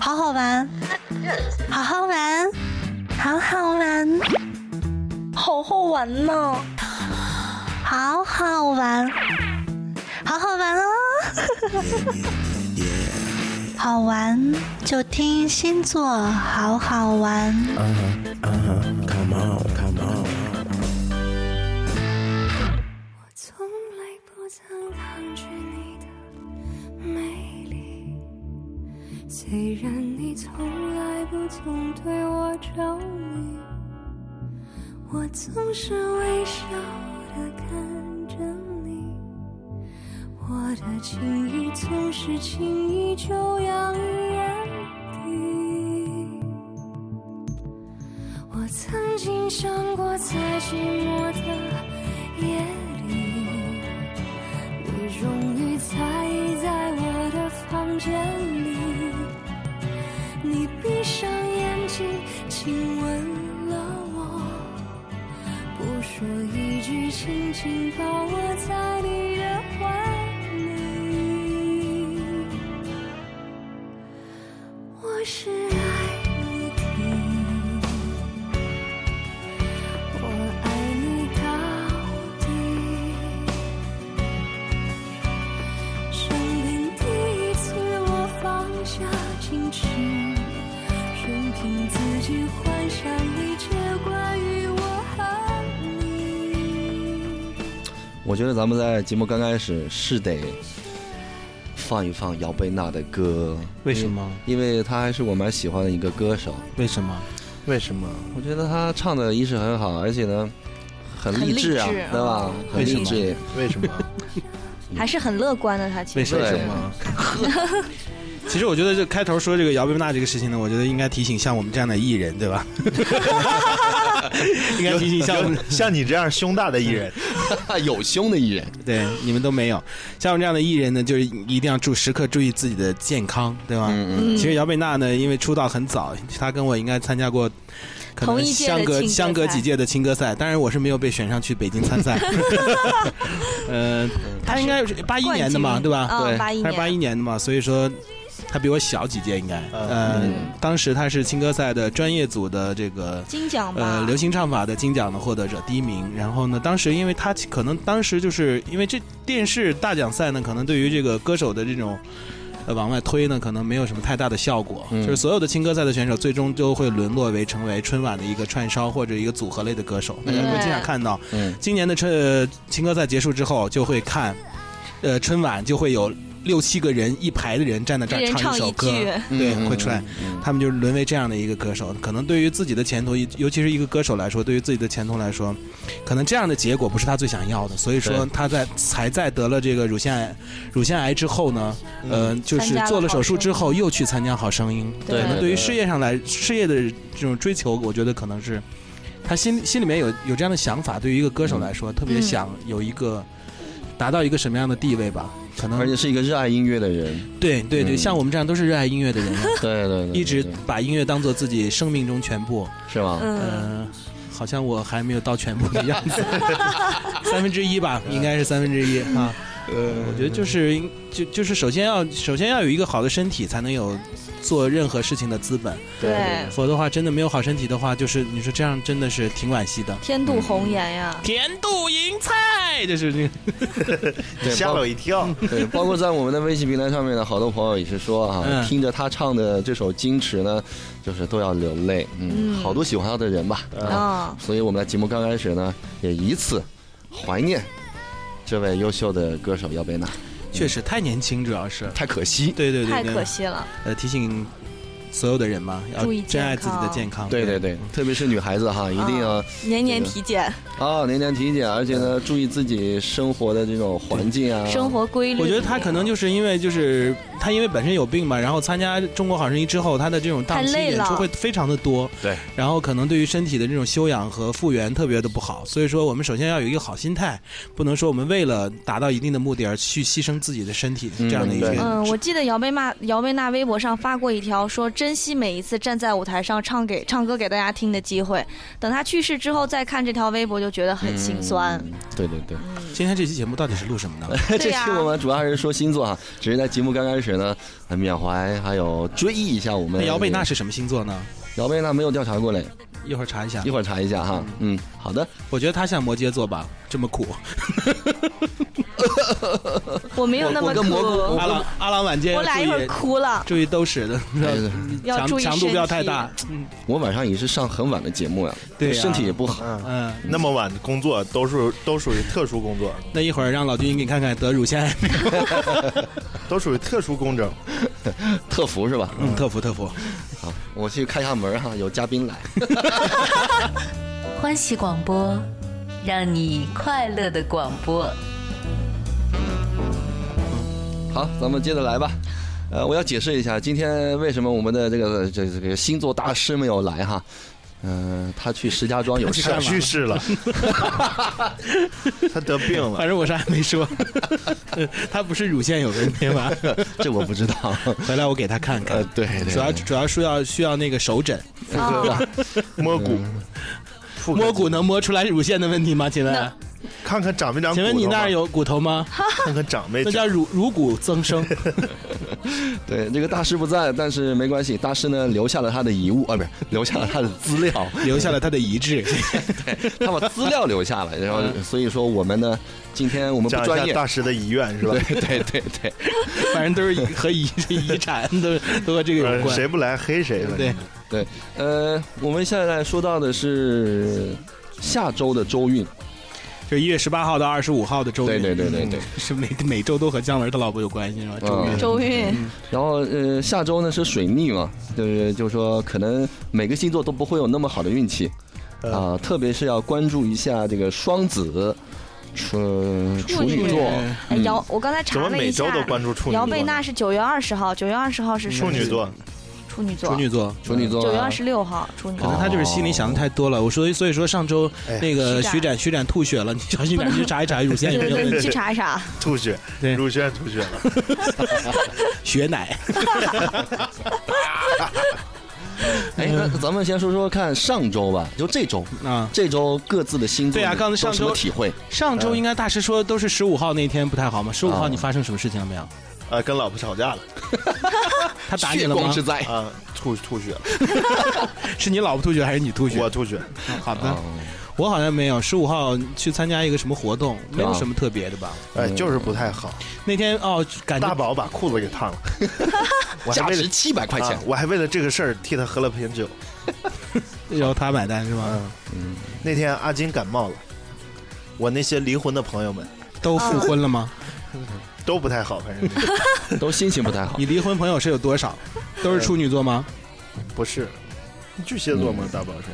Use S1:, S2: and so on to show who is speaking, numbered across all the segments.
S1: 好好玩，好好玩，好好玩，
S2: 好好玩呢！
S1: 好好玩，好好玩哦！好玩就听星座，好好玩。
S3: 啊 Come on, come on。
S4: 我从来不曾抗拒你的美丽，虽然你从来不曾对我着迷，我总是微笑的看着你，我的情意总是轻易就洋溢眼底。我曾经想过，在寂寞的夜里，你终于在意在我的房间里，你闭上眼睛亲吻了我，不说一句，轻轻抱我在你的怀里。我是爱你的。我爱你到底，生平第一次我放下矜持，任凭自己幻想一切关于我和你。
S3: 我觉得咱们在节目刚开始是得放一放姚贝娜的歌，
S5: 为什么？
S3: 因为她还是我蛮喜欢的一个歌手。
S5: 为什么？
S6: 为什么？
S3: 我觉得她唱的一是很好，而且呢，很励志啊，
S2: 很励志
S3: 对吧？很励志。
S6: 为什么？
S2: 还是很乐观的他，其
S5: 为
S2: 实
S5: 什
S3: 对
S5: 么？
S6: 么？
S5: 其实我觉得这开头说这个姚贝娜这个事情呢，我觉得应该提醒像我们这样的艺人，对吧？ 应该提醒像我们
S6: 像你这样胸大的艺人，
S3: 有胸的艺人，
S5: 对你们都没有，像我这样的艺人呢，就是一定要注时刻注意自己的健康，对吧？
S3: 嗯
S5: 其实姚贝娜呢，因为出道很早，她跟我应该参加过。可
S2: 同
S5: 能
S2: 一届的
S5: 相隔
S2: 青歌赛
S5: 相隔几届的青歌赛，当然我是没有被选上去北京参 赛。
S3: 嗯
S5: 呃，她应该是八一年的嘛，
S2: 冠军
S5: 对吧？
S2: 嗯
S3: 对
S2: 八一
S5: 他是八一
S2: 年，
S5: 年的嘛，所以说他比我小几届应该。
S6: 嗯
S5: 呃
S3: 嗯，
S5: 当时他是青歌赛的专业组的这个
S2: 金奖吧
S5: 呃，流行唱法的金奖的获得者第一名。然后呢，当时因为他可能当时就是因为这电视大奖赛呢，可能对于这个歌手的这种。呃，往外推呢，可能没有什么太大的效果。
S3: 嗯
S5: 就是所有的青歌赛的选手，最终都会沦落为成为春晚的一个串烧或者一个组合类的歌手。大家会经常看到，
S3: 嗯
S5: 今年的春呃青歌赛结束之后，就会看，呃春晚就会有六七个人一排的人站在这
S2: 一
S5: 儿
S2: 人
S5: 唱
S2: 唱
S5: 一
S2: 一
S5: 首歌，
S2: 句，
S5: 对
S3: 嗯
S5: 会出来。
S3: 嗯
S5: 他们就沦为这样的一个歌手。可能对于自己的前途，尤其是一个歌手来说，对于自己的前途来说，可能这样的结果不是他最想要的。所以说
S3: 对
S5: 他在才在得了这个乳腺癌乳腺癌之后呢，呃，就是
S2: 参加了
S5: 做了手术之
S2: 好
S5: 后又去参加好声音。
S2: 对
S5: 可能对于事业上来事业的这种追求，我觉得可能是。他心心里面有有这样的想法，对于一个歌手来说，特别
S2: 嗯
S5: 想有一个达到一个什么样的地位吧？可能
S3: 而且是一个热爱音乐的人，
S5: 对对对，
S3: 嗯
S5: 像我们这样都是热爱音乐的人，啊
S3: 对对对，
S5: 一直
S3: 对对
S5: 把音乐当做自己生命中全部。
S3: 是吗？
S2: 嗯，
S5: 嗯、好像我还没有到全部的样 子，三分之一吧，
S3: 嗯
S5: 应该是三分之一啊。
S3: 呃
S5: 我觉得就是应就就是首先要首先要有一个好的身体，才能有做任何事情的资本。
S2: 对，
S5: 否则的话，真的没有好身体的话，就是你说这样真的是挺惋惜的。
S2: 天妒红颜呀，
S5: 甜度银菜，就是那个
S3: 对
S6: 吓
S3: 包
S6: 了我一跳。
S3: 对，包括在我们的微信平台上面呢，好多朋友也是说啊，
S5: 嗯
S3: 听着他唱的这首《矜持》呢，就是都要流泪，嗯，
S2: 嗯
S3: 好多喜欢他的人吧，
S5: 嗯
S3: 啊，
S2: 啊，
S3: 所以我们的节目刚开始呢，也以此怀念这位优秀的歌手姚贝娜，
S5: 确实太年轻，主要是。
S3: 太可惜，
S5: 对对对，
S2: 太
S5: 对
S2: 可。惜了，
S5: 呃，提醒所有的人嘛，要
S2: 注意
S5: 珍
S2: 健
S5: 爱自己的
S2: 康
S5: 健康。
S3: 对对啊对，特别是女孩子哈，一定要
S2: 年年
S3: 这个
S2: 体检，
S3: 啊年年体检，而且呢，注意自己生活的这种环境啊，
S2: 生活规律，
S5: 我觉得他可能就是因为就是他因为本身有病嘛，然后参加《中国好声音》之后，他的这种档期
S2: 太累
S5: 演
S2: 了
S5: 出会非常的多，
S3: 对，
S5: 然后可能对于身体的这种修养和复原特别的不好，所以说我们首先要有一个好心态，不能说我们为了达到一定的目的而去牺牲自己的身体
S3: 嗯
S5: 这样的一些
S3: 对。
S2: 嗯，我记得姚贝娜姚贝娜微博上发过一条说，珍惜每一次站在舞台上唱给唱歌给大家听的机会。等他去世之后再看这条微博，就觉得很心酸。
S3: 嗯对对对，
S5: 今天这期节目到底是录什么呢？
S3: 这
S2: 对呀
S3: 期我们主要还是说星座啊，只是在节目刚开始呢，呃缅怀还有追忆一下我
S5: 那
S3: 们。
S5: 哎姚贝娜是什么星座呢？
S3: 姚贝娜没有调查过嘞，
S5: 一会儿查一下
S3: 一。会儿查一下哈。嗯，好的，
S5: 我觉得她像摩羯座吧，这么苦。
S2: 我没有
S3: 我
S2: 那么
S3: 我跟
S2: 苦，
S3: 蘑菇我
S5: 阿郎阿郎晚间
S2: 我俩一会
S5: 注
S2: 儿
S5: 意
S2: 哭了。
S5: 注意兜屎的，
S3: 对对
S2: 要
S5: 强
S2: 注意
S5: 强度
S2: 身
S5: 不要太
S2: 体
S5: 大。嗯
S3: 我晚上也是上很晚的节目呀，
S5: 对呀
S3: 身体也不好。
S6: 嗯，
S5: 嗯，
S6: 那么晚的工作都属都属于特殊工作，
S5: 那一会儿让老君给你看看得乳腺癌没有
S6: 都属于特殊 工种。
S3: 特服是吧？
S5: 嗯，特服特服。
S3: 好，我去开下门哈， 有嘉宾来。
S7: 欢喜广播，让你快乐的广播。
S3: 好，咱们接着来吧。呃，我要解释一下，今天为什么我们的这个这这个星座大师没有来哈？嗯、他去石家庄有事
S6: 他
S3: 儿，
S6: 去世 了，他得病 了。
S5: 反正我啥也没说， 他不是乳腺有问题吧？
S3: 这我不知道。
S5: 回来我给他看
S3: 呃
S5: 看，。
S3: 对对对，
S5: 主要主要是要需要那个手诊，
S2: 啊
S6: 摸骨，
S5: 嗯
S6: 腹
S5: 摸
S6: 骨，
S5: 骨能摸出来乳腺的问题吗？请问，
S6: 看看长没长骨头吧。
S5: 请问你那儿有骨头吗？
S6: 看 看长没
S5: 那
S6: 长？
S5: 叫乳乳骨增生。
S3: 对这个大师不在，但是没关系，大师呢留下了他的遗物 啊，不是留下了他的资料，
S5: 留下了他的遗志。
S3: 他把资料留下了，然后所以说我们呢，今天我们不
S6: 讲
S3: 专
S6: 一
S3: 业
S6: 下。大师的遗愿是吧
S3: 对？对对对，
S5: 反正都是遗和遗遗产都都和这个 有
S6: 呃谁
S5: 关。
S6: 不来黑谁。
S5: 对，
S3: 对，呃，我们现在说到的是下周的周运，
S5: 就一月十八号到二十五号的周
S3: 对
S5: 运，
S3: 对对对对。
S5: 是每每周都和姜文他老婆有关系是吧？周运
S3: 嗯
S2: 周韵，
S3: 然后呃，下周呢是水逆嘛，就是就是说可能每个星座都不会有那么好的运气
S6: 嗯
S3: 啊、
S5: 呃
S3: 特别是要关注一下这个双子、处处女座，嗯
S2: 哎姚，我刚才
S6: 怎
S2: 查
S6: 么
S2: 了
S6: 每
S2: 一下
S6: 周，都关注处女座呢？
S2: 姚贝娜是九月二十号，九月二十号是
S6: 处女座，
S2: 处女座，
S5: 处女座。
S3: 处女座
S2: 九月
S3: 啊
S2: 二十六号处女
S5: 可
S2: 座
S5: 能。他就是心里想的太多了。我说，所以说上周
S6: 哎
S5: 那个
S2: 徐展
S5: 徐展徐展吐血了，你小心点去查一查乳腺 有没
S2: 对
S5: 有
S2: 对，
S5: 问
S2: 你
S5: 题
S2: 去查一查。
S6: 吐血，
S5: 对
S6: 乳腺吐血了。
S5: 血奶。
S3: 哎，那咱们先说说看上周吧，就这周，
S5: 啊，
S3: 这周各自的星座
S5: 对啊
S3: 你
S5: 刚才
S3: 都
S5: 上
S3: 什么
S5: 周
S3: 体会？
S5: 上周应该大师说都是十五号那天不太好嘛。十五号
S3: 啊
S5: 你发生什么事情了没有？
S6: 啊，跟老婆吵架了
S5: 他打你
S3: 血
S5: 了
S3: 光
S5: 吗
S3: 之？灾
S6: 啊，吐吐血了，
S5: 是你老婆吐血还是你吐血？
S6: 我吐血。
S5: 好的
S3: 啊，！
S5: 我好像没有。十五号去参加一个什么活动，没有
S3: 啊
S5: 什么特别的吧？
S6: 哎，就是不太好。
S5: 那天哦，感觉
S6: 大宝把裤子给烫了，我还
S3: 价
S6: 为
S3: 值
S6: 了
S3: 七百块钱
S6: 啊，我还为了这个事儿替他喝了瓶酒。
S5: 由他买单是吗？
S6: 嗯，那天阿金感冒了，我那些离婚的朋友们
S5: 都复婚了吗？
S6: 都不太好，反正
S3: 都心情不太好。
S5: 你离婚朋友是有多少？都是处女座吗？
S6: 不是。巨蟹座
S5: 嗯
S6: 吗？大宝是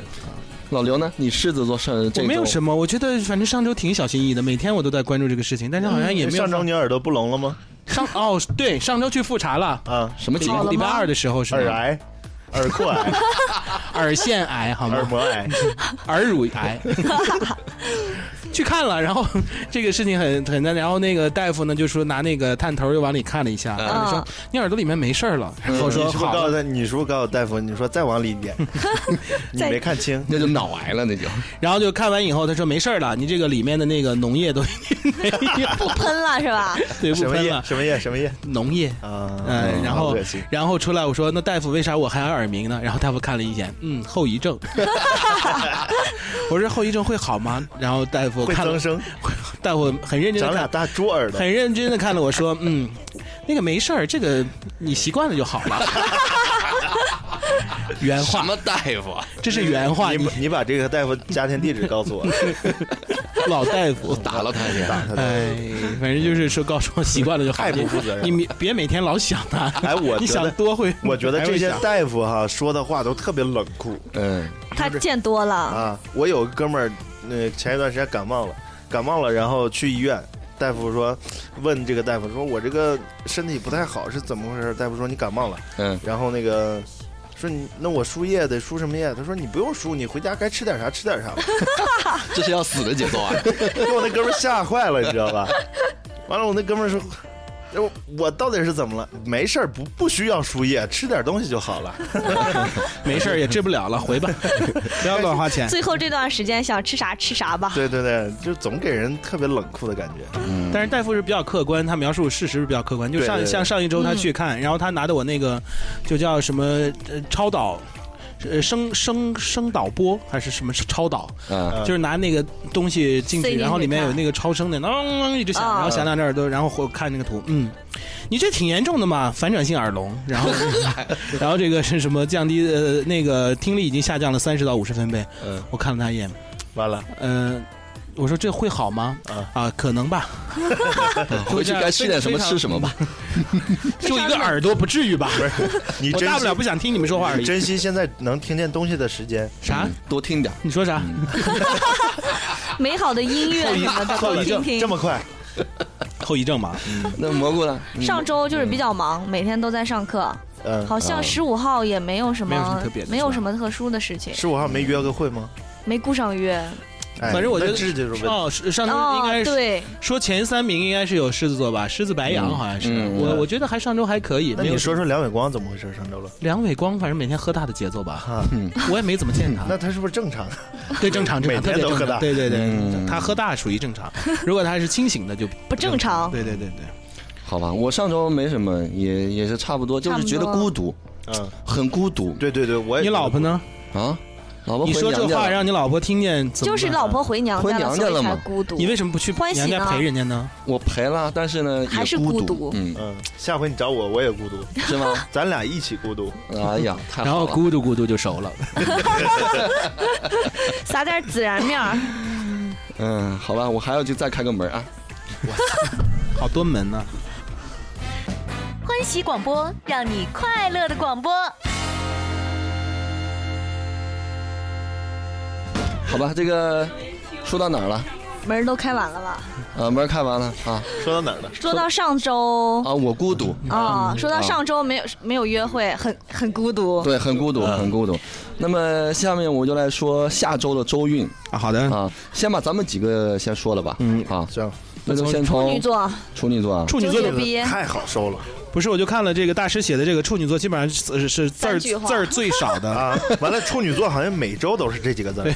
S3: 老刘呢？你狮子座上这
S6: 呃
S5: 我
S3: 周
S5: 没有什么，我觉得反正上周挺小心翼翼的，每天我都在关注这个事情，但是好像也没有
S6: 嗯上周你耳朵不聋了吗？
S5: 上哦，对，上周去复查了，
S6: 啊，
S3: 什么
S5: 礼
S3: 情
S5: 拜
S3: 况
S5: 礼拜二的时候是啊
S6: 耳
S5: 吧？
S6: 癌、耳 廓癌、
S5: 耳腺癌好
S6: 耳
S5: 吗？
S6: 膜癌，
S5: 耳乳 癌。去看了，然后这个事情很很难，然后那个大夫呢就说拿那个探头又往里看了一下，然后就说你耳朵里面没事儿了，然后我说
S6: 嗯你是不是
S5: 好
S6: 告
S5: 了，
S6: 诉他？你是不是告诉大夫？你说再往里一 点，你没看清。
S3: 那就脑癌了，那就
S5: 然后就看完以后他说没事儿了，你这个里面的那个脓液都已经没有 了，
S2: 喷了是 吧？
S5: 对不
S6: 什么
S5: 喷
S6: 液？
S5: 了，
S6: 什么液？什么液？
S5: 脓液。
S6: 啊，
S5: 嗯，然
S6: 好
S5: 后
S6: 恶心
S5: 然后出来我说那大夫为啥我还要耳鸣呢？然后大夫看了一眼，嗯，后遗 症。我说后遗症会好吗？然后大夫
S6: 会
S5: 看了
S6: 增，生，
S5: 大夫很认真
S6: 长
S5: 的
S6: 俩
S5: 看，
S6: 大猪耳朵。
S5: 很认真的看了我说，嗯，那个没事儿，这个你习惯了就好了。原话，
S3: 么大夫啊，
S5: 这是原话，
S6: 你
S5: 你
S6: 把你把这个大夫家庭地址告 诉我，啊
S5: 老大夫。
S3: 打了他一下。
S6: 打他的。
S5: 哎，反正就是说，告诉我习惯了就好。
S6: 太不负责任了
S5: 你你别每天老想他。
S6: 哎我觉得
S5: 你想多会，
S6: 我觉得
S5: 还会
S6: 这些
S5: 想
S6: 大夫哈说的话都特别冷酷
S3: 嗯，
S2: 他见多了，
S6: 啊！我有个哥们儿，呃，前一段时间感冒了，感冒了，然后去医院，大夫说，问这个大夫说，我这个身体不太好，是怎么回事？大夫说你感冒了，
S3: 嗯，
S6: 然后那个说你那我输液得输什么液？他说你不用输，你回家该吃点啥吃点啥吧。
S3: 这是 要死的节奏啊！
S6: 给我那哥们儿吓坏了，你知道吧？完了，我那哥们儿说，我我到底是怎么了？没事儿，不不需要输液，吃点东西就好了。
S5: 没事儿也治不了了，回吧，不要乱花钱。
S2: 最后这段时间想吃啥吃啥吧。
S6: 对对对，就总给人特别冷酷的感觉。
S5: 但是大夫是比较客观，他描述事实是比较客观。就
S6: 对
S5: 上
S6: 对对
S5: 像上一周他去看，然后他拿的我那个就叫什么呃超导。呃，声声声导波还是什么超导？
S3: 啊，
S6: 嗯
S5: 就是拿那个东西进
S2: 塞
S5: 去，
S2: 进去
S5: 然后里面有那个超声的，嗯，一直响，
S2: 啊
S5: 然后响两只耳朵，然后我看那个图，嗯，你这挺严重的嘛，反转性耳聋，然后 然后这个是什么降低呃那个听力已经下降了三十到五十分贝，
S6: 嗯，
S5: 我看了他一眼，
S6: 完了，
S5: 嗯、我说这会好吗？
S6: 啊
S5: 啊，可能吧，
S3: 嗯回去该吃点什么吃什么吧。嗯
S5: 就一个耳朵不至于吧？
S6: 你
S5: 我
S6: 真
S5: 大不了
S6: 心
S5: 不想听你们说话而
S6: 你
S5: 已。
S6: 珍惜现在能听见东西的时间。
S5: 啥？
S3: 嗯多听点儿。
S5: 你说啥？
S6: 嗯
S2: 美好的音乐什么的
S5: 后
S2: 都
S5: 遗症
S2: 听听
S6: 这。么快？
S5: 后遗症嘛？
S3: 那蘑菇呢？嗯
S2: 上周就是比较忙，每天都在上课，
S6: 嗯，
S2: 好像十五号也没有什
S5: 没有什么
S2: 么
S5: 特别的
S2: 没有
S5: 是吧
S2: 什么特殊的事情，
S6: 十五号没约个会吗？
S2: 没顾上约。
S6: 哎
S5: 反正我觉得
S6: 那这就是问
S5: 哦，是上周应
S2: 哦
S5: 该，是
S2: 对，
S5: 说前三名应该是有狮子座吧？狮子白羊
S3: 嗯
S5: 好像是。
S3: 嗯
S5: 我
S3: 嗯
S5: 我觉得还上周还可以。
S6: 那
S5: 没有
S6: 你说说梁伟光怎么回事？上周了
S5: 梁伟光，反正每天喝大的节奏 吧，
S6: 啊？
S5: 我也没怎么见他。
S6: 那他是不是正 常？
S5: 对，正常，正常，
S6: 每天
S5: 特别
S6: 都喝
S5: 正常
S6: 大
S5: 对对对，
S3: 嗯
S5: 他喝大属于正常。如果他是清醒的就
S2: 不正常
S5: 对对对对，
S3: 好吧，我上周没什么，也也是差不多，就是觉得
S2: 差不多
S3: 孤独，
S6: 嗯，
S3: 很孤独
S6: 对对对，我也
S5: 你老婆呢？
S3: 啊。老婆
S5: 你
S3: 回
S5: 说这
S3: 娘家
S5: 话
S3: 了
S5: 让你老婆听见怎么办，
S2: 就是老婆回娘
S3: 回
S2: 家了，
S3: 娘家
S2: 所
S3: 了
S2: 以才
S3: 嘛
S2: 孤独。
S5: 你为什么不去
S2: 欢喜
S5: 娘家
S2: 呢
S5: 陪人家呢？
S3: 我陪了，但是呢也
S2: 还是
S3: 孤
S2: 孤独
S3: 嗯，
S6: 嗯，下回你找我，我也孤独，
S3: 是 吗？
S6: 咱俩一起孤独。
S3: 哎呀，太
S5: 然
S3: 好
S5: 后
S3: 了。
S5: 咕嘟咕嘟就熟了。
S2: 撒点孜然面儿，
S3: 嗯，好吧，我还要去再开个门啊。
S5: 好多门呢、
S7: 欢喜广播，让你快乐的广播。
S3: 好吧，这个说到哪儿了？
S2: 门儿都开完了吧？
S3: 啊，门儿开完了啊
S6: 说到哪儿了？
S2: 说到上周
S3: 啊，我孤独，
S5: 嗯
S2: 啊，说到上周没有没有约会，很很孤独。
S3: 对，很孤独，
S5: 嗯
S3: 很孤独。那么下面我就来说下周的周运
S5: 啊。好
S2: 嗯
S5: 的，
S3: 啊，先把咱们几个先说了吧。
S5: 嗯
S3: 啊，
S6: 行，
S3: 那就先
S2: 处
S3: 从
S2: 女座，
S3: 处女座啊，
S5: 处女座
S2: 就牛逼
S6: 太好收了
S5: 不是，我就看了这个大师写的这个处女座，基本上是是是字儿
S2: 三句话
S5: 字儿最少 的，
S6: 啊！完了，处女座好像每周都是这几个字儿。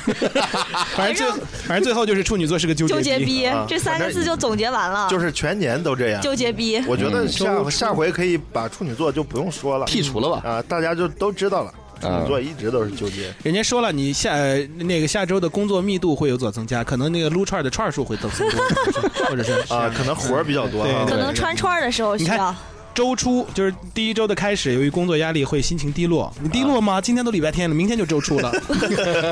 S5: 反正最反正最后就是处女座是个纠
S2: 纠结
S5: 结逼。
S2: 逼
S6: 啊，
S2: 这三个字就总结完了，
S6: 就是全年都这样。
S2: 纠结逼。
S6: 我觉得
S3: 嗯
S6: 下、下回可以把处女座就不用说了，
S3: 剔除了吧。
S6: 啊，大家就都知道了。处女座一直都是纠结，
S5: 人家说了，你下呃那个下周的工作密度会有所增加，可能那个撸串的串数会增增多，或者是
S6: 啊，可能活儿比较多
S5: 对
S6: 啊。
S5: 对
S2: 可能穿串儿的时候需
S5: 你看
S2: 要，
S5: 周初就是第一周的开始，由于工作压力会心情低落。你低落吗？今天都礼拜天了，明天就周 初了，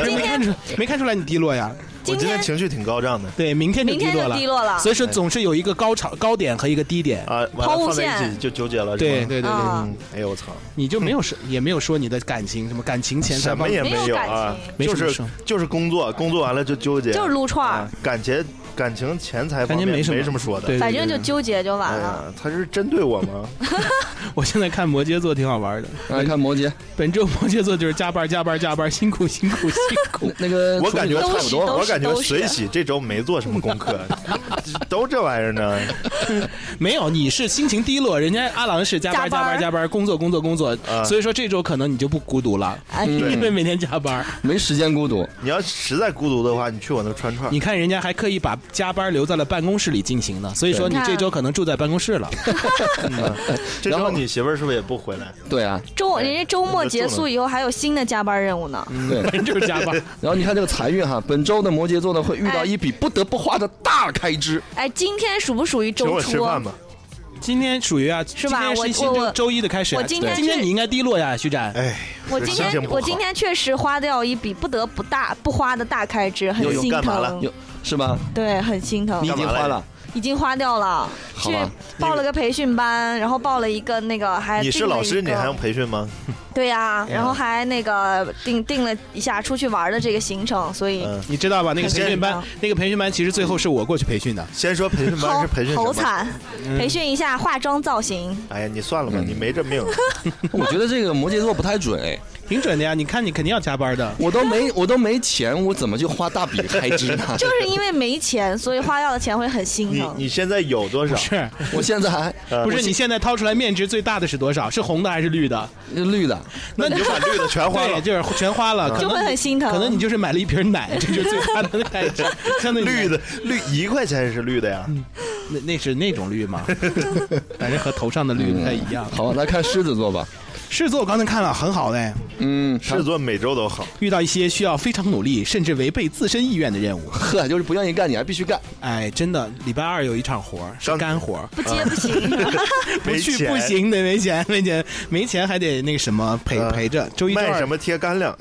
S5: 没看出没看出来你低落呀？
S6: 我
S2: 今
S6: 今
S2: 天
S6: 天情绪挺高涨的
S5: 对，明天就
S2: 明
S5: 低
S2: 天
S5: 落
S2: 就
S5: 了，
S2: 低落了。
S5: 所以说总是有一个高潮高点和一个低点。
S6: 啊，完
S2: 抛
S6: 了
S2: 物
S6: 放在一起
S2: 线
S6: 就纠结了，
S5: 对
S6: 是吗
S5: 对对对，
S2: 啊
S6: 嗯，哎呦我操，
S5: 你就没有说也没有说你的感情什么感情前
S6: 什
S5: 三
S6: 么
S5: 方
S6: 也
S2: 没有
S6: 有
S2: 感
S6: 啊，
S5: 情
S6: 就
S5: 没什么事
S6: 是就是工作，工作完了就纠结，
S2: 就是撸串
S5: 嗯
S2: 儿
S6: 啊，感情感情钱财
S5: 感
S6: 方
S5: 觉
S6: 面
S5: 没什么
S6: 没什么说的，
S5: 对
S2: 反正就纠结就
S6: 哎
S2: 完了。
S6: 呀，他是针对我吗？
S5: 我现在看摩羯座挺好玩的。
S3: 来啊看摩羯，
S5: 本周摩羯座就是加班加班加班，辛苦辛苦辛 苦。
S3: 那个
S6: 我
S3: 处
S6: 感
S3: 女
S6: 觉
S3: 座
S2: 呃都
S6: 差
S2: 是
S6: 不多，
S2: 都
S6: 我
S2: 是
S6: 感觉
S2: 都是
S6: 水洗这周没做什么功课， 都这玩意儿呢。
S5: 没有，你是心情低落，人家阿郎是加班
S2: 加班
S5: 加班加班，工作工作工作，
S6: 啊
S5: 所以说这周可能你就不孤独了，嗯
S2: 哎，
S5: 因为每天加班。
S3: 没时间孤独，
S6: 你要实在孤独的话，你去我那串串儿。
S5: 你看人家还刻意把加班留在了办公室里进行呢，所以说你
S2: 对
S5: 这周可能住在办公 室了。
S6: 这
S3: 然
S6: 周
S3: 后
S6: 你媳妇儿是不是也不回来？
S3: 对啊，
S2: 周人家周末结束以后还有新的加班任务呢。
S6: 嗯
S3: 对。
S5: 反正 就是加班。
S3: 然后你看这个财运哈，本周的摩羯座呢会遇到
S2: 哎
S3: 一笔不得不花的大开支，
S2: 哎，今天属不属于
S6: 请
S2: 周
S6: 我吃
S2: 初？
S6: 饭吧。
S5: 今天属于啊，
S2: 是吧
S5: 今天是
S2: 我
S5: 新
S2: 我
S5: 周
S2: 我
S5: 周一的开始啊。
S2: 我今天
S5: 今天
S2: 是
S5: 你应该低落呀，徐展。
S6: 哎，
S2: 我今
S6: 心情
S2: 天
S6: 不好
S2: 我今天确实花掉一笔不得不大不花的大开支，很
S6: 又又
S2: 心
S6: 干嘛了
S2: 疼
S3: 有。是吧？
S2: 对，很心疼
S3: 你已
S6: 嗯干嘛
S3: 经
S6: 来
S3: 花
S6: 着
S3: 了，
S2: 已经花掉了，
S3: 好
S2: 去
S3: 吧
S2: 报了个培训班，然后报了一个那个还
S6: 你是
S2: 订了
S6: 老
S2: 一
S6: 师，你
S2: 个
S6: 还用嗯培训吗？
S2: 对呀、然后还那个定定了一下出去玩的这个行程，所以
S6: 嗯，
S5: 你知道吧？那个
S2: 很
S5: 培训
S2: 紧
S5: 班
S2: 张，
S5: 那个培训班其实最后是我过去培训的。
S6: 先说培训班
S2: 好
S6: 是培训
S2: 好
S6: 什么？
S2: 惨，培训一下化妆造型，
S6: 哎呀，你算了吧，你没这命。
S3: 我觉得这个摩羯座不太准哎，
S5: 挺准的呀。你看你肯定要加班的，
S3: 我都没我都没钱，我怎么就花大笔开支 呢？
S2: 就是因为没钱，所以花掉的钱会很心
S6: 你
S2: 疼。
S6: 你现在有多少？
S5: 是
S3: 我现在还
S5: 不是？你呃现在掏出来面值最大的是多少？是红的还是绿 的？
S6: 嗯
S3: 绿的，
S6: 那你就把绿的全花
S5: 对，
S6: 了，
S5: 就是全花了，可
S2: 就
S5: 能
S2: 会很心疼，
S5: 可能你就是买了一瓶 奶，这就是最大的开 支。相当于
S6: 绿的绿一块钱是绿的呀。
S2: 嗯
S5: 那那是那种绿 吗？反正和头上的绿不太一 样。
S3: 好，那看狮子座吧。
S5: 狮子座我刚才看了，很好嘞，
S3: 嗯，
S6: 狮子座每周都好，
S5: 遇到一些需要非常努力，甚至违背自身意愿的任务。
S3: 呵，就是不愿意干，你还必须干。
S5: 哎，真的，礼拜二有一场活儿是
S6: 刚
S5: 干活儿，
S2: 不接不行。
S5: 不
S6: 没
S5: 去
S6: 钱
S5: 不行，得没钱，没钱，没钱还得那个什么陪
S6: 嗯
S5: 陪着。周一周
S6: 卖什
S5: 二
S6: 么贴干粮？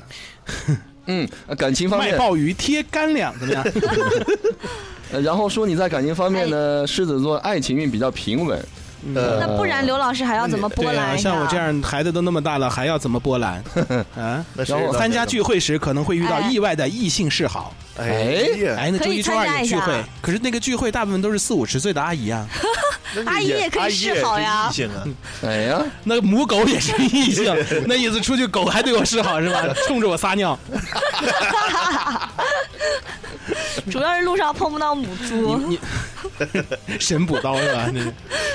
S3: 嗯，呃感情方
S5: 卖
S3: 面，
S5: 鲍鱼贴干粮怎么样？
S3: 呃然后说你在感情方面
S2: 哎
S3: 呢，狮子座爱情运比较平稳。呃
S2: 那不然刘老师还要怎么波
S5: 对啊，
S2: 澜呀？
S5: 像我这样孩子都那么大了，还要怎么波澜啊？
S6: 那
S3: 然后
S5: 参加聚
S6: 会，
S5: 会时可能会遇到
S2: 哎
S5: 意外的异性示好，
S6: 哎呀，
S5: 哎，那
S2: 可
S5: 周
S2: 以
S5: 一、周
S2: 参
S5: 二
S2: 加
S5: 有
S2: 一
S5: 聚
S2: 下
S5: 会，可是那个聚会大部分都是四五十岁的阿姨啊，
S6: 那是
S2: 阿姨也可以
S6: 阿
S2: 示好呀
S6: 也是异性啊，
S3: 哎呀，
S5: 那母狗也是异性，那意思出去狗还对我示好是吧？冲着我撒尿，
S2: 主要是路上碰不到母猪。
S5: 你 你神补刀是吧？那个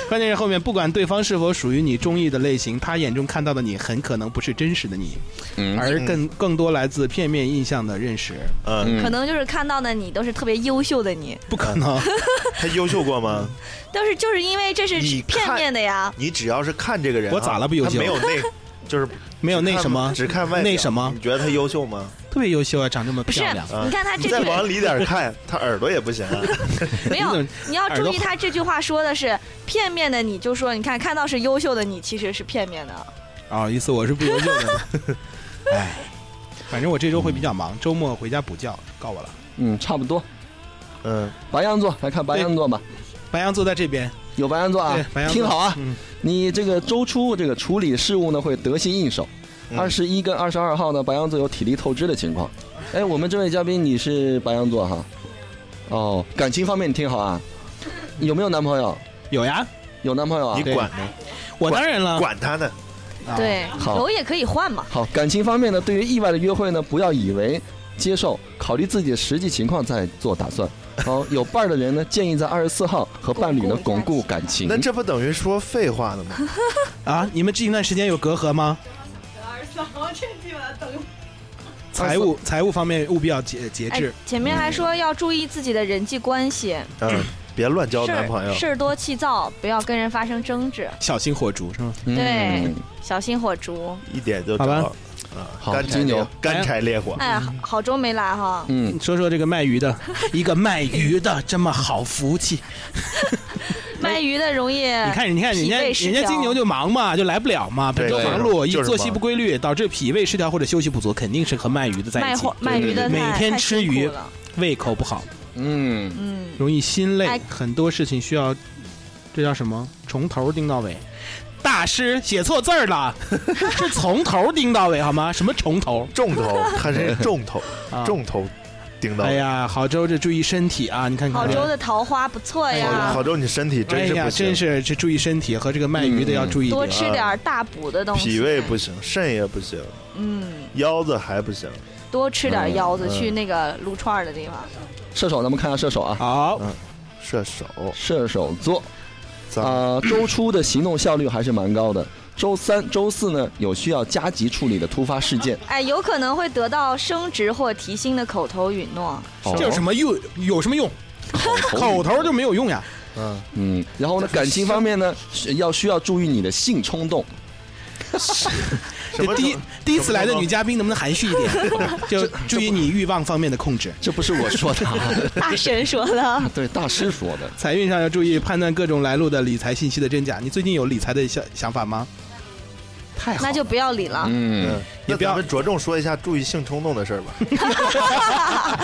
S5: 关键是后面不管对方是否属于你中意的类型，他眼中看到的你很可能不是真实的你，
S3: 嗯
S5: 而更更多来自片面印象的认识，
S6: 嗯，
S2: 可能就是看到的你都是特别优秀的你，
S5: 不可 能。
S6: 他优秀过吗？
S2: 但是就是因为这是
S6: 你看
S2: 片面的呀，
S6: 你只要是看这个人啊，
S5: 我咋了不优秀
S6: 他没 有那，就是
S5: 没有那什么，
S6: 只看外表
S5: 那什么
S6: 你觉得他优秀吗？
S5: 特别优秀啊，长这么
S2: 不是
S5: 漂亮。？
S6: 啊
S2: 你看他
S6: 你
S2: 这
S6: 再往
S2: 句
S6: 里点看，他耳朵也不行啊。
S5: 你
S2: 没有
S5: 怎么，
S2: 你要注
S5: 耳
S2: 意
S5: 朵
S2: 他这句话说的是片面的，你就说你看看到是优秀的你，其实是片面的。
S5: 啊、意思我是不优秀的。哎，反正我这周会比较忙，周末回家补觉，告我了。
S3: 嗯，差不多。
S6: 嗯，
S3: 白羊座，来看白羊座吧。
S5: 白羊坐在这边，
S3: 有白羊座啊
S5: 对白，羊座
S3: 听好啊，
S5: 嗯
S3: 你这个周初这个处理事务呢会得心应手。
S6: 嗯
S3: 二十一跟二十二号呢，白羊座有体力透支的情况。哎，我们这位嘉宾你是白羊座哈，哦，感情方面你听好啊，有没有男朋友？
S5: 有呀，
S3: 有男朋友啊
S6: 你？管呢？
S5: 我当然了。
S6: 管他呢？
S5: 啊，
S2: 对，
S3: 好
S2: 楼也可以换嘛。
S3: 好，感情方面呢，对于意外的约会呢，不要以为接受，考虑自己的实际情况再做打算。好，有伴儿的人呢，建议在二十四号和伴侣呢
S2: 巩
S3: 巩
S2: 固
S3: 固感
S5: 嗯
S3: 情。
S6: 那这不等于说废话 呢吗？
S5: 啊，你们这一段时间有隔阂吗？财务财务方面务必要节节
S2: 哎
S5: 制。，
S2: 前面还说要注意自己的人际关系，
S6: 嗯，别乱交
S2: 事
S6: 男朋
S2: 儿
S6: 友。
S2: 事儿多气躁，不要跟人发生争执，
S5: 小心火烛是吗？
S2: 对
S3: 嗯，
S2: 小心火烛。
S6: 一点就
S5: 好吧
S6: 着。啊，
S3: 好
S6: 干柴
S3: 金牛
S6: 烈干柴烈火，
S2: 哎，好好周没来哈，
S3: 嗯，
S5: 说说这个卖鱼 的，一个卖鱼的这么好福气，
S2: 卖鱼的容易。
S5: 你看你看人
S2: 哎脾
S5: 家
S2: 胃失
S5: 人家
S2: 调
S5: 金牛就忙嘛，就来不了嘛，本周
S6: 对
S5: 忙碌，一
S6: 就是
S5: 作
S6: 忙
S5: 息不规律，导致脾胃失调或者休息不足，肯定是和卖鱼的在
S2: 卖
S5: 一起
S2: 货，卖鱼的
S5: 对对
S2: 太
S5: 每天
S2: 太
S5: 吃
S2: 辛苦
S5: 鱼
S2: 了
S5: 胃口不好，
S3: 嗯，
S2: 嗯，
S5: 容易心累
S2: 哎，
S5: 很多事情需要，这叫什么？从头盯到尾。大师写错字儿了， 是从头盯到尾好吗？什么从头？
S6: 重头，他是重头
S5: 啊，
S6: 重头顶到。
S5: 哎呀，好周这注意身体啊！你看看，
S2: 好周的桃花不错
S6: 好，
S2: 哎呀，
S6: 好周，你身体
S5: 哎
S6: 真是
S5: 呀，
S6: 不
S5: 真
S6: 行，
S5: 是这注意身体和这个卖鱼的要注意一
S2: 嗯多
S5: 点。
S2: 吃点儿大补的东西。
S6: 脾胃不，行，肾也不行，
S2: 嗯，
S6: 腰子还不行。
S2: 多吃点儿腰子，
S6: 嗯
S2: 去那个撸串儿的地方。
S3: 射手，咱们看下射手啊，
S5: 好，
S6: 射手，
S3: 射手座。
S6: 咱们
S3: 啊、周初的行动效率还是蛮高的。周三、周四呢，有需要加急处理的突发事件。
S2: 哎，有可能会得到升职或提薪的口头允诺。
S5: 这有什
S3: 么
S5: 么用？有什么用？口头就没有用呀。
S6: 嗯，
S3: 嗯，然后呢，感情方面呢，是要需要注意你的性冲动。
S6: 什么
S5: 这第一
S6: 都
S5: 第一次来的女嘉宾能不能含蓄一点？ 就注意你欲望方面的控制。
S3: 这不是我说的，啊，
S2: 大神说的，
S3: 对大师说的。
S5: 财运上要注意判断各种来路的理财信息的真假。你最近有理财的想想法吗？太好了，
S2: 那就不要理了。
S3: 嗯
S6: 嗯，，
S5: 你
S6: 那
S5: 不要
S6: 咱们着重说一下注意性冲动的事 儿吧。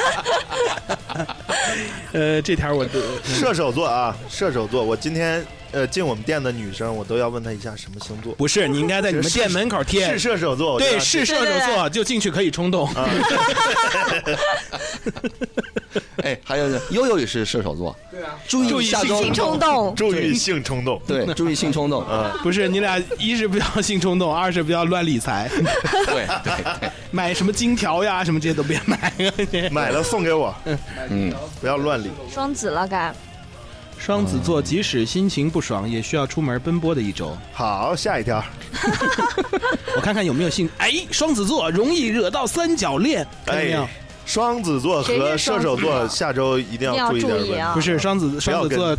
S5: 呃，这条我都
S6: 射手座啊，射手座，我今天呃进我们店的女生，我都要问她一下什么星座。
S5: 不是，你应该在你们店门口贴。
S6: 是射手座，我就
S5: 对，
S6: 要
S5: 是射
S2: 对对
S5: 手
S2: 对
S5: 座就进去可以冲动。
S3: 哎，还有呢悠悠也是射手座，对啊，注意下周
S2: 性冲动，嗯
S6: 注意性冲动。
S3: 对，注意性冲 动，
S5: 不是你俩一是不要性冲动，二是不要乱理财，
S3: 对对对，
S5: 买什么金条呀什么这些都别买。
S6: 买了送给我，
S3: 嗯，
S6: 不要乱理。
S2: 双子了该。
S5: 双子座即使心情不爽，也需要出门奔波的一周。
S6: 好，下一条，
S5: 我看看有没有性。哎，双子座容易惹到三角恋，看见没有？
S6: 哎，双子座和射手座下周一定要注意点
S2: 一定要注意啊
S6: 问
S5: 不是双子，
S6: 要
S5: 双子座，呃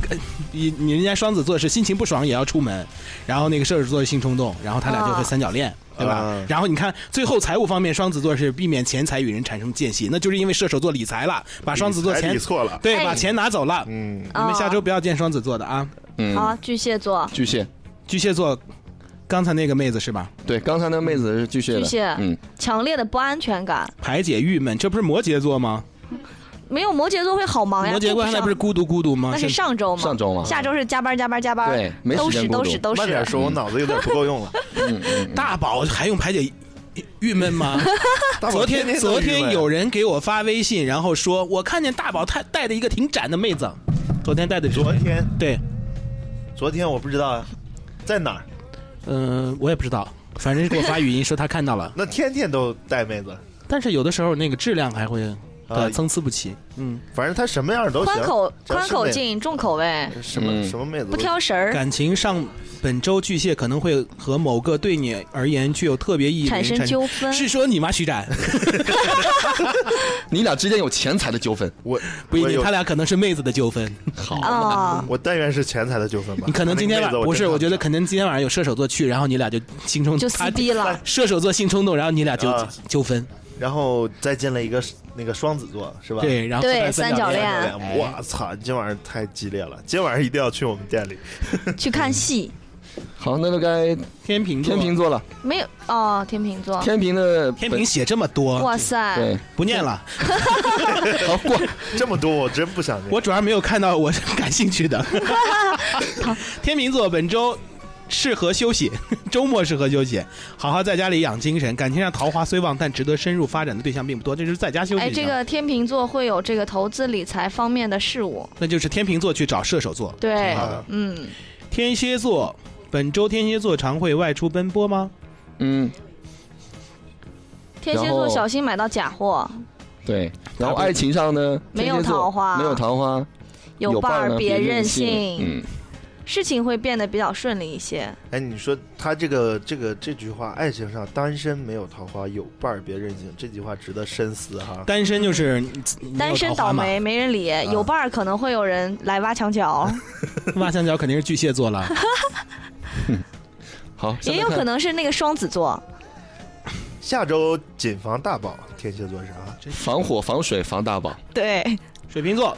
S5: 你你人家双子座是心情不爽也要出门，然后那个射手座是性冲动，然后他俩就会三角恋，对吧？
S6: 啊
S5: 然后你看最后财务方面，双子座是避免钱财与人产生间隙，那就是因为射手座理财了，把双子座
S6: 还
S5: 钱
S6: 理错了。
S5: 对、
S2: 哎
S5: 把钱拿走了。
S6: 嗯，
S5: 你们下周
S2: 哦
S5: 不要见双子座的啊，
S2: 好
S3: 嗯，
S2: 啊，巨蟹座，
S3: 巨蟹，
S5: 巨蟹座，刚才那个妹子是吧？
S3: 对，刚才那妹子是巨蟹的，
S2: 巨蟹
S3: 嗯，
S2: 强烈的不安全感，
S5: 排解郁闷，这不是摩羯座吗？
S2: 没有摩羯座会好忙呀。
S5: 摩羯
S2: 顾
S5: 座
S2: 上
S5: 现在不是孤独孤独吗？
S2: 那是
S5: 现
S2: 上周吗？
S3: 上周嘛
S2: 下周是加班加班加班，
S3: 对没
S2: 都
S3: 时
S2: 是
S3: 间
S2: 都
S3: 孤
S2: 是
S3: 独
S2: 都是。
S6: 慢点说，我脑子有点不够用了。
S5: 大宝还用排解郁郁闷吗？
S6: 大 宝
S5: 昨
S6: 天
S5: 天
S6: 都
S5: 昨
S6: 郁闷
S5: 天有人给我发微信，然后说我看见大宝他带的一个挺展的妹子，昨天带的是
S6: 昨
S5: 谁
S6: 天，
S5: 对，
S6: 昨天我不知道啊，在哪儿？
S5: 嗯、我也不知道，反正给我发语音说他看到了，
S6: 那天天都带妹子，
S5: 但是有的时候那个质量还会
S6: 啊
S5: 对参差不齐，嗯，
S6: 反正她什么样都行。
S2: 宽口
S6: 只要
S2: 宽
S6: 是
S2: 口
S6: 妹子，
S2: 径重口味，
S6: 什么
S3: 嗯
S6: 什么妹子都
S2: 不挑食儿，
S5: 感情上本周巨蟹可能会和某个对你而言具有特别意义的
S2: 产
S5: 人
S2: 生纠纷。
S5: 是说你吗，徐 展？
S3: 你俩之间有钱财的纠纷，
S6: 我
S5: 不一
S6: 我
S5: 定，
S6: 有
S5: 他俩可能是妹子的纠 纷。
S2: 啊，
S6: 我但愿是钱财的纠纷吧。
S5: 你可能今天晚
S6: 那个妹子
S5: 不是，
S6: 真
S5: 我觉得
S6: 看
S5: 可能今天晚上有射手座去，然后你俩就性冲
S2: 就
S5: 动，
S2: 撕逼了。
S5: 射手座性冲动，然后你俩就
S6: 啊
S5: 纠纷，
S6: 上，然后再进了一个那个双子座，是吧？
S5: 对，然后
S2: 对
S5: 再三角
S2: 三角恋
S6: 哎。我操！今晚上太激烈了，今晚上一定要去我们 店里。
S2: 去看戏，
S3: 好，那就该
S5: 天平座
S3: 天平座了，
S2: 没有哦，天秤座，
S3: 天平的
S5: 天平写这么多，
S2: 哇塞，
S3: 对，
S5: 不念了。
S2: 哎
S3: 好过，
S6: 这么多，我真不想念。
S5: 我主要没有看到我感兴趣 的。天秤座本周适合休息， 周末适合休息，好好在家里养精神。感情上桃花虽旺，但值得深入发展的对象并不多，这就是在家休息。
S2: 哎，这个天秤座会有这个投资理财方面的事务，
S5: 那就是天平座去找射手座。
S2: 对
S6: 好的，
S2: 嗯，
S5: 天蝎座本周天蝎座常会外出奔波吗？
S3: 嗯，
S2: 天蝎
S3: 然
S2: 座
S3: 后
S2: 小心买到假货，
S3: 对，然后爱情上呢，
S2: 没有
S3: 天蝎座
S2: 桃花
S3: 没有桃花，
S2: 有伴
S3: 呢
S2: 儿别任
S3: 任
S2: 性，
S3: 嗯，
S2: 事情会变得比较顺利一些。
S6: 哎，你说他这个这个这句话，爱情上单身没有桃花，有伴儿别任性，这句话值得深思哈。
S5: 单身就是你你没有
S2: 单身
S5: 桃花
S2: 倒
S5: 嘛，
S2: 霉没人理，有伴儿可能会有人来挖墙脚，
S5: 挖墙脚肯定是巨蟹座了。
S3: 好，下
S2: 也
S3: 面
S2: 有
S3: 看
S2: 可能是那个双子座，
S6: 下周谨防大宝，天蝎座是啊，
S3: 防火、防水、防大宝。
S2: 对，
S5: 水瓶座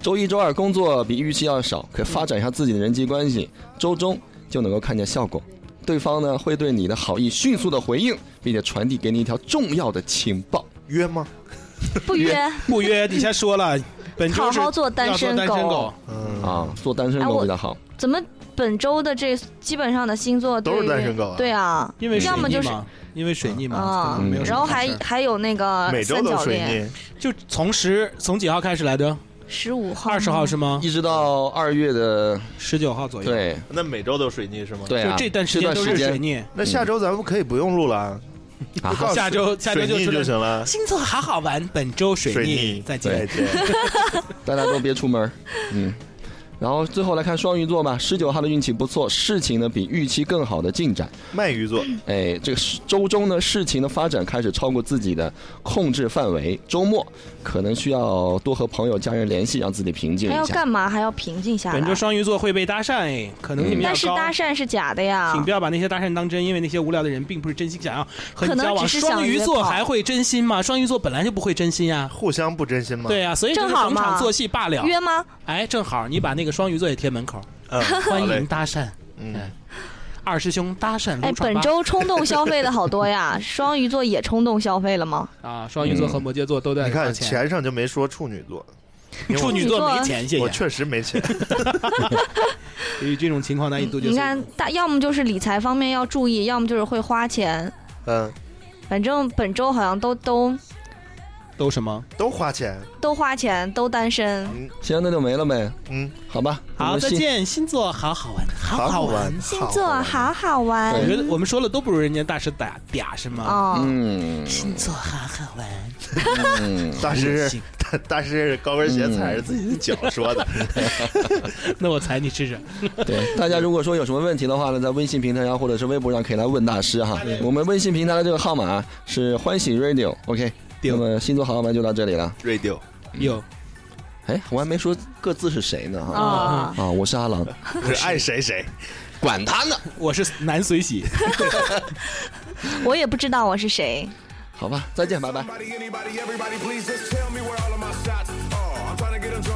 S3: 周一周二工作比预期要少，可发展一下自己的人际关系，周中就能够看见效果。对方呢会对你的好意迅速的回应，并且传递给你一条重要的情报。
S6: 约吗？
S2: 不约。
S5: 不约底下说 了，本周是
S2: 好好做单
S5: 要做
S2: 身
S5: 单身
S2: 狗
S5: 狗，
S6: 嗯，
S3: 啊，做单身
S2: 哎
S3: 狗
S2: 我
S3: 比较好。
S2: 怎么本周的这基本上的星座
S6: 都是
S2: 对于
S6: 单身狗啊
S2: 对啊，
S5: 因为水
S2: 要么
S5: 逆
S2: 就是
S5: 嘛，因为水逆嘛，
S2: 啊
S5: 可能没有，什
S2: 然
S5: 么
S2: 后
S5: 好
S2: 还
S5: 事儿
S2: 还有那个
S6: 每周
S2: 啊三
S6: 都
S2: 角
S6: 水
S2: 恋，
S6: 逆，
S5: 就从十从几号开始来着？
S2: 十五号、
S5: 二十号是吗？
S2: 嗯
S3: 一直到二月的，
S5: 十九号左右。，
S3: 对
S6: 那每周都水逆是吗？。
S3: 对啊
S5: 就，这段时
S3: 这段
S5: 间都
S3: 时
S5: 是水
S3: 间
S5: 逆。
S6: 那下周咱们可以不用录了啊，
S3: 啊
S6: 就告诉
S5: 下周下周
S6: 水逆
S5: 就出来
S6: 就行了。
S5: 星座好好玩，本周水
S6: 水逆
S5: 逆，再
S6: 再
S5: 见。
S6: 见。
S3: 大家都别出门 儿，嗯。然后最后来看双鱼座吧，十九号的运气不错，事情呢比预期更好的进展。
S6: 鳗鱼座，
S3: 哎，这个是周中呢，事情的发展开始超过自己的控制范围。周末可能需要多和朋友、家人联系，让自己平静
S2: 还要
S3: 一下。
S2: 干嘛？还要平静下来。
S5: 本周双鱼座会被搭讪，哎，可能性比较
S2: 嗯但是
S5: 高。
S2: 搭讪啊是假的
S5: 请
S2: 呀
S5: 不，要把那些搭讪当真，因为那些无聊的人并不是真心想要和你
S2: 可能
S5: 交往。
S2: 只是想
S5: 双鱼
S2: 约
S5: 座
S2: 炮
S5: 还会真心吗？双鱼座本来就不会真心呀。
S6: 互相不真心吗？
S5: 对，啊呀、所以
S2: 正
S5: 就是
S2: 好
S5: 逢
S2: 嘛
S5: 场作戏罢了。
S2: 约吗？
S5: 哎，正好你把那个双鱼座也贴门口，
S6: 嗯，好
S5: 欢
S6: 嘞
S5: 迎，哎搭讪。
S6: 嗯，
S5: 二师兄搭讪
S2: 哎
S5: 撸，
S2: 本
S5: 串吧
S2: 周冲动消费的好多呀，双鱼座也冲动消费了吗？
S5: 啊，双鱼座和摩羯座都在
S6: 你
S5: 花
S6: 看
S5: 钱。
S6: 钱上就没说处女座，因为
S5: 处女座没钱，谢
S6: 我
S5: 谢。
S6: 确实没钱。
S5: 对于这种情况难以杜绝。
S2: 你看，大要么就是理财方面要注意，要么就是会花钱。
S6: 嗯，
S2: 反正本周好像都都
S5: 都什么？
S6: 都花钱，
S2: 都花钱，都单身。
S3: 行，那就没了呗，
S6: 嗯，
S3: 好吧。我
S5: 好，
S3: 们
S5: 再
S3: 信。
S5: 见，星座好好玩，好
S6: 好
S5: 玩。
S2: 星座好好玩
S5: 我觉得我们说了都不如人家大师打嗲是吗？
S2: 哦，
S3: 嗯，
S5: 星座好好玩，
S3: 嗯
S6: 大师
S5: 行
S6: 大大师高跟鞋踩着自己的脚
S5: 嗯
S6: 说的，
S5: 那我踩你试试。
S3: 对，大家如果说有什么问题的话呢，在微信平台上或者是微博上可以来问大师哈。我们微信平台的这个号码啊是欢喜 radio，OK、
S5: 对
S3: 那么星座好玩就到这里了。
S6: radio
S5: 有
S3: 哎，我还没说各自是谁呢哈。
S2: 啊，
S3: 啊，我是阿郎，
S6: 我是爱谁谁，
S3: 管他呢，
S5: 我是南随喜。
S2: 我也不知道我是谁。
S3: 好吧，再见，拜拜。
S8: Somebody, anybody, everybody, please just tell me where all of my shots are. I'm trying to get 'em